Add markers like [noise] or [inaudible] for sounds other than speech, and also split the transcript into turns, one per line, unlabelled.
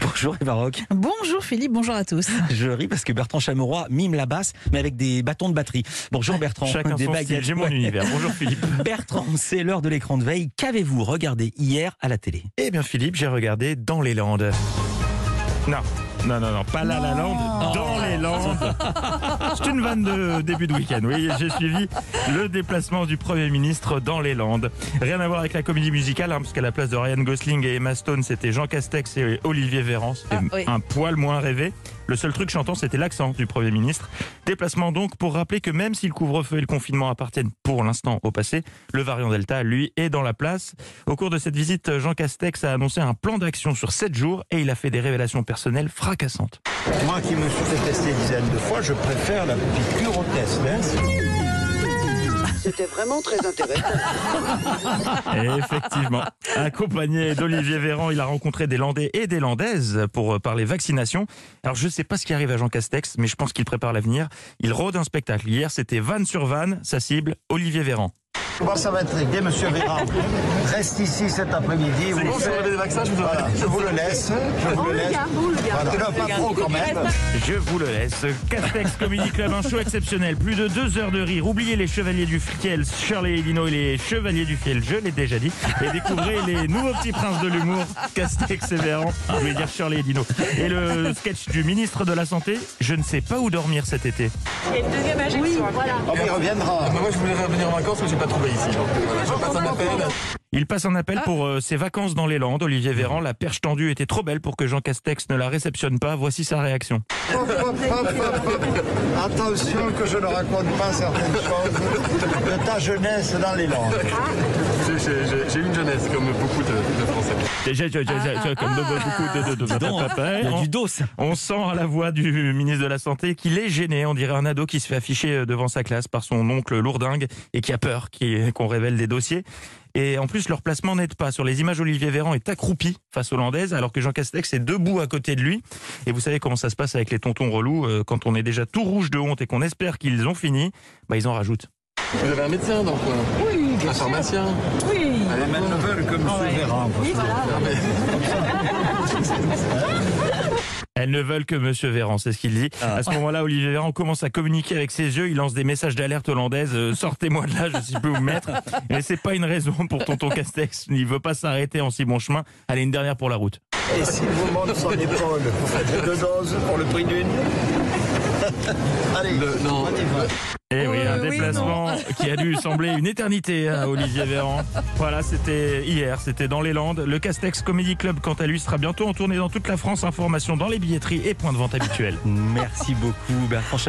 Bonjour Eva Rock.
Bonjour Philippe, bonjour à tous.
Je ris parce que Bertrand Chameroy mime la basse, mais avec des bâtons de batterie. Bonjour Bertrand.
Chacun
des
son style,
baguettes.
j'ai mon
[laughs] Ouais.
univers. Bonjour Philippe.
Bertrand, c'est l'heure de l'écran de veille. Qu'avez-vous regardé hier à la télé
[laughs] Eh bien Philippe, j'ai regardé Dans les Landes. Non, non, non, non, pas La La
Non.
Land, Dans les Landes. C'est une vanne de début de week-end, oui. J'ai suivi le déplacement du Premier ministre dans les Landes. Rien à voir avec la comédie musicale, hein, parce qu'à la place de Ryan Gosling et Emma Stone, c'était Jean Castex et Olivier Véran. C'était
Ah, oui.
un poil moins rêvé. Le seul truc chantant, c'était l'accent du Premier ministre. Déplacement donc pour rappeler que même si le couvre-feu et le confinement appartiennent pour l'instant au passé, le variant Delta, lui, est dans la place. Au cours de cette visite, Jean Castex a annoncé un plan d'action sur 7 jours et il a fait des révélations personnelles fracassantes.
Moi qui me suis fait tester des dizaines de fois, je préfère la piqûre au test. hein.
C'était vraiment très intéressant.
Et effectivement. Accompagné d'Olivier Véran, il a rencontré des Landais et des Landaises pour euh, parler vaccination. Alors, je ne sais pas ce qui arrive à Jean Castex, mais je pense qu'il prépare l'avenir. Il rôde un spectacle. Hier, c'était vanne sur vanne, sa cible, Olivier Véran.
Je pense que ça va être réglé, monsieur Véran. Reste ici cet après-midi. Vous le faites. Voilà, je vous le laisse. Je vous le laisse. Voilà. Non, pas trop quand même.
Je vous le laisse. Castex Comedy Club, un show exceptionnel. Plus de deux heures de rire. Oubliez les Chevaliers du Fiel, Shirley et Lino et les Chevaliers du Fiel, je l'ai déjà dit. Et découvrez les nouveaux petits princes de l'humour, Castex et Véran. Je voulais dire Shirley et Lino. Et le sketch du ministre de la Santé, je ne sais pas où dormir cet été.
On y reviendra.
Moi, je voulais revenir en vacances, mais j'ai pas trouvé ici. Donc, euh, je passe un appel.
Il passe un appel pour euh, ses vacances dans les Landes. Olivier Véran, la perche tendue était trop belle pour que Jean Castex ne la réceptionne pas. Voici sa réaction.
Hop, hop, hop, hop, hop. Attention que je ne raconte pas certaines choses de ta jeunesse dans les langues.
J'ai- j'ai- j'ai- J'ai eu une jeunesse, comme beaucoup de, de Français.
Déjà, je- je- je- comme de- beaucoup de- de- de- de-
donc,
papa,
Il y a
on-
du dos. ça.
On sent à la voix du ministre de la Santé qu'il est gêné. On dirait un ado qui se fait afficher devant sa classe par son oncle lourdingue et qui a peur qu'il- qu'on révèle des dossiers. Et en plus, leur placement n'aide pas. Sur les images, Olivier Véran est accroupi face aux Landaises, alors que Jean Castex est debout à côté de lui. Et vous savez comment ça se passe avec les tontons relous. euh, Quand on est déjà tout rouge de honte et qu'on espère qu'ils ont fini, bah, ils en rajoutent.
Vous avez un médecin dans le coin Oui, Un pharmacien
Les mêmes veulent que monsieur Véran.
Elles ne veulent que Monsieur Véran, c'est ce qu'il dit. À ce moment-là, Olivier Véran commence à communiquer avec ses yeux. Il lance des messages d'alerte hollandaise. euh, Sortez-moi de là, je ne sais plus où me mettre. Mais c'est pas une raison pour Tonton Castex. Il veut pas s'arrêter en si bon chemin. Allez, une dernière pour la route.
Et s'il vous montre son épaule, vous faites deux doses pour le prix d'une. [laughs] Allez,
non.
on y va.
Eh oui,
Euh,
un
oui,
déplacement qui a dû sembler une éternité à Olivier Véran. Voilà, c'était hier, c'était dans les Landes. Le Castex Comedy Club, quant à lui, sera bientôt en tournée dans toute la France. Informations dans les billetteries et points de vente habituels.
Merci beaucoup Bertrand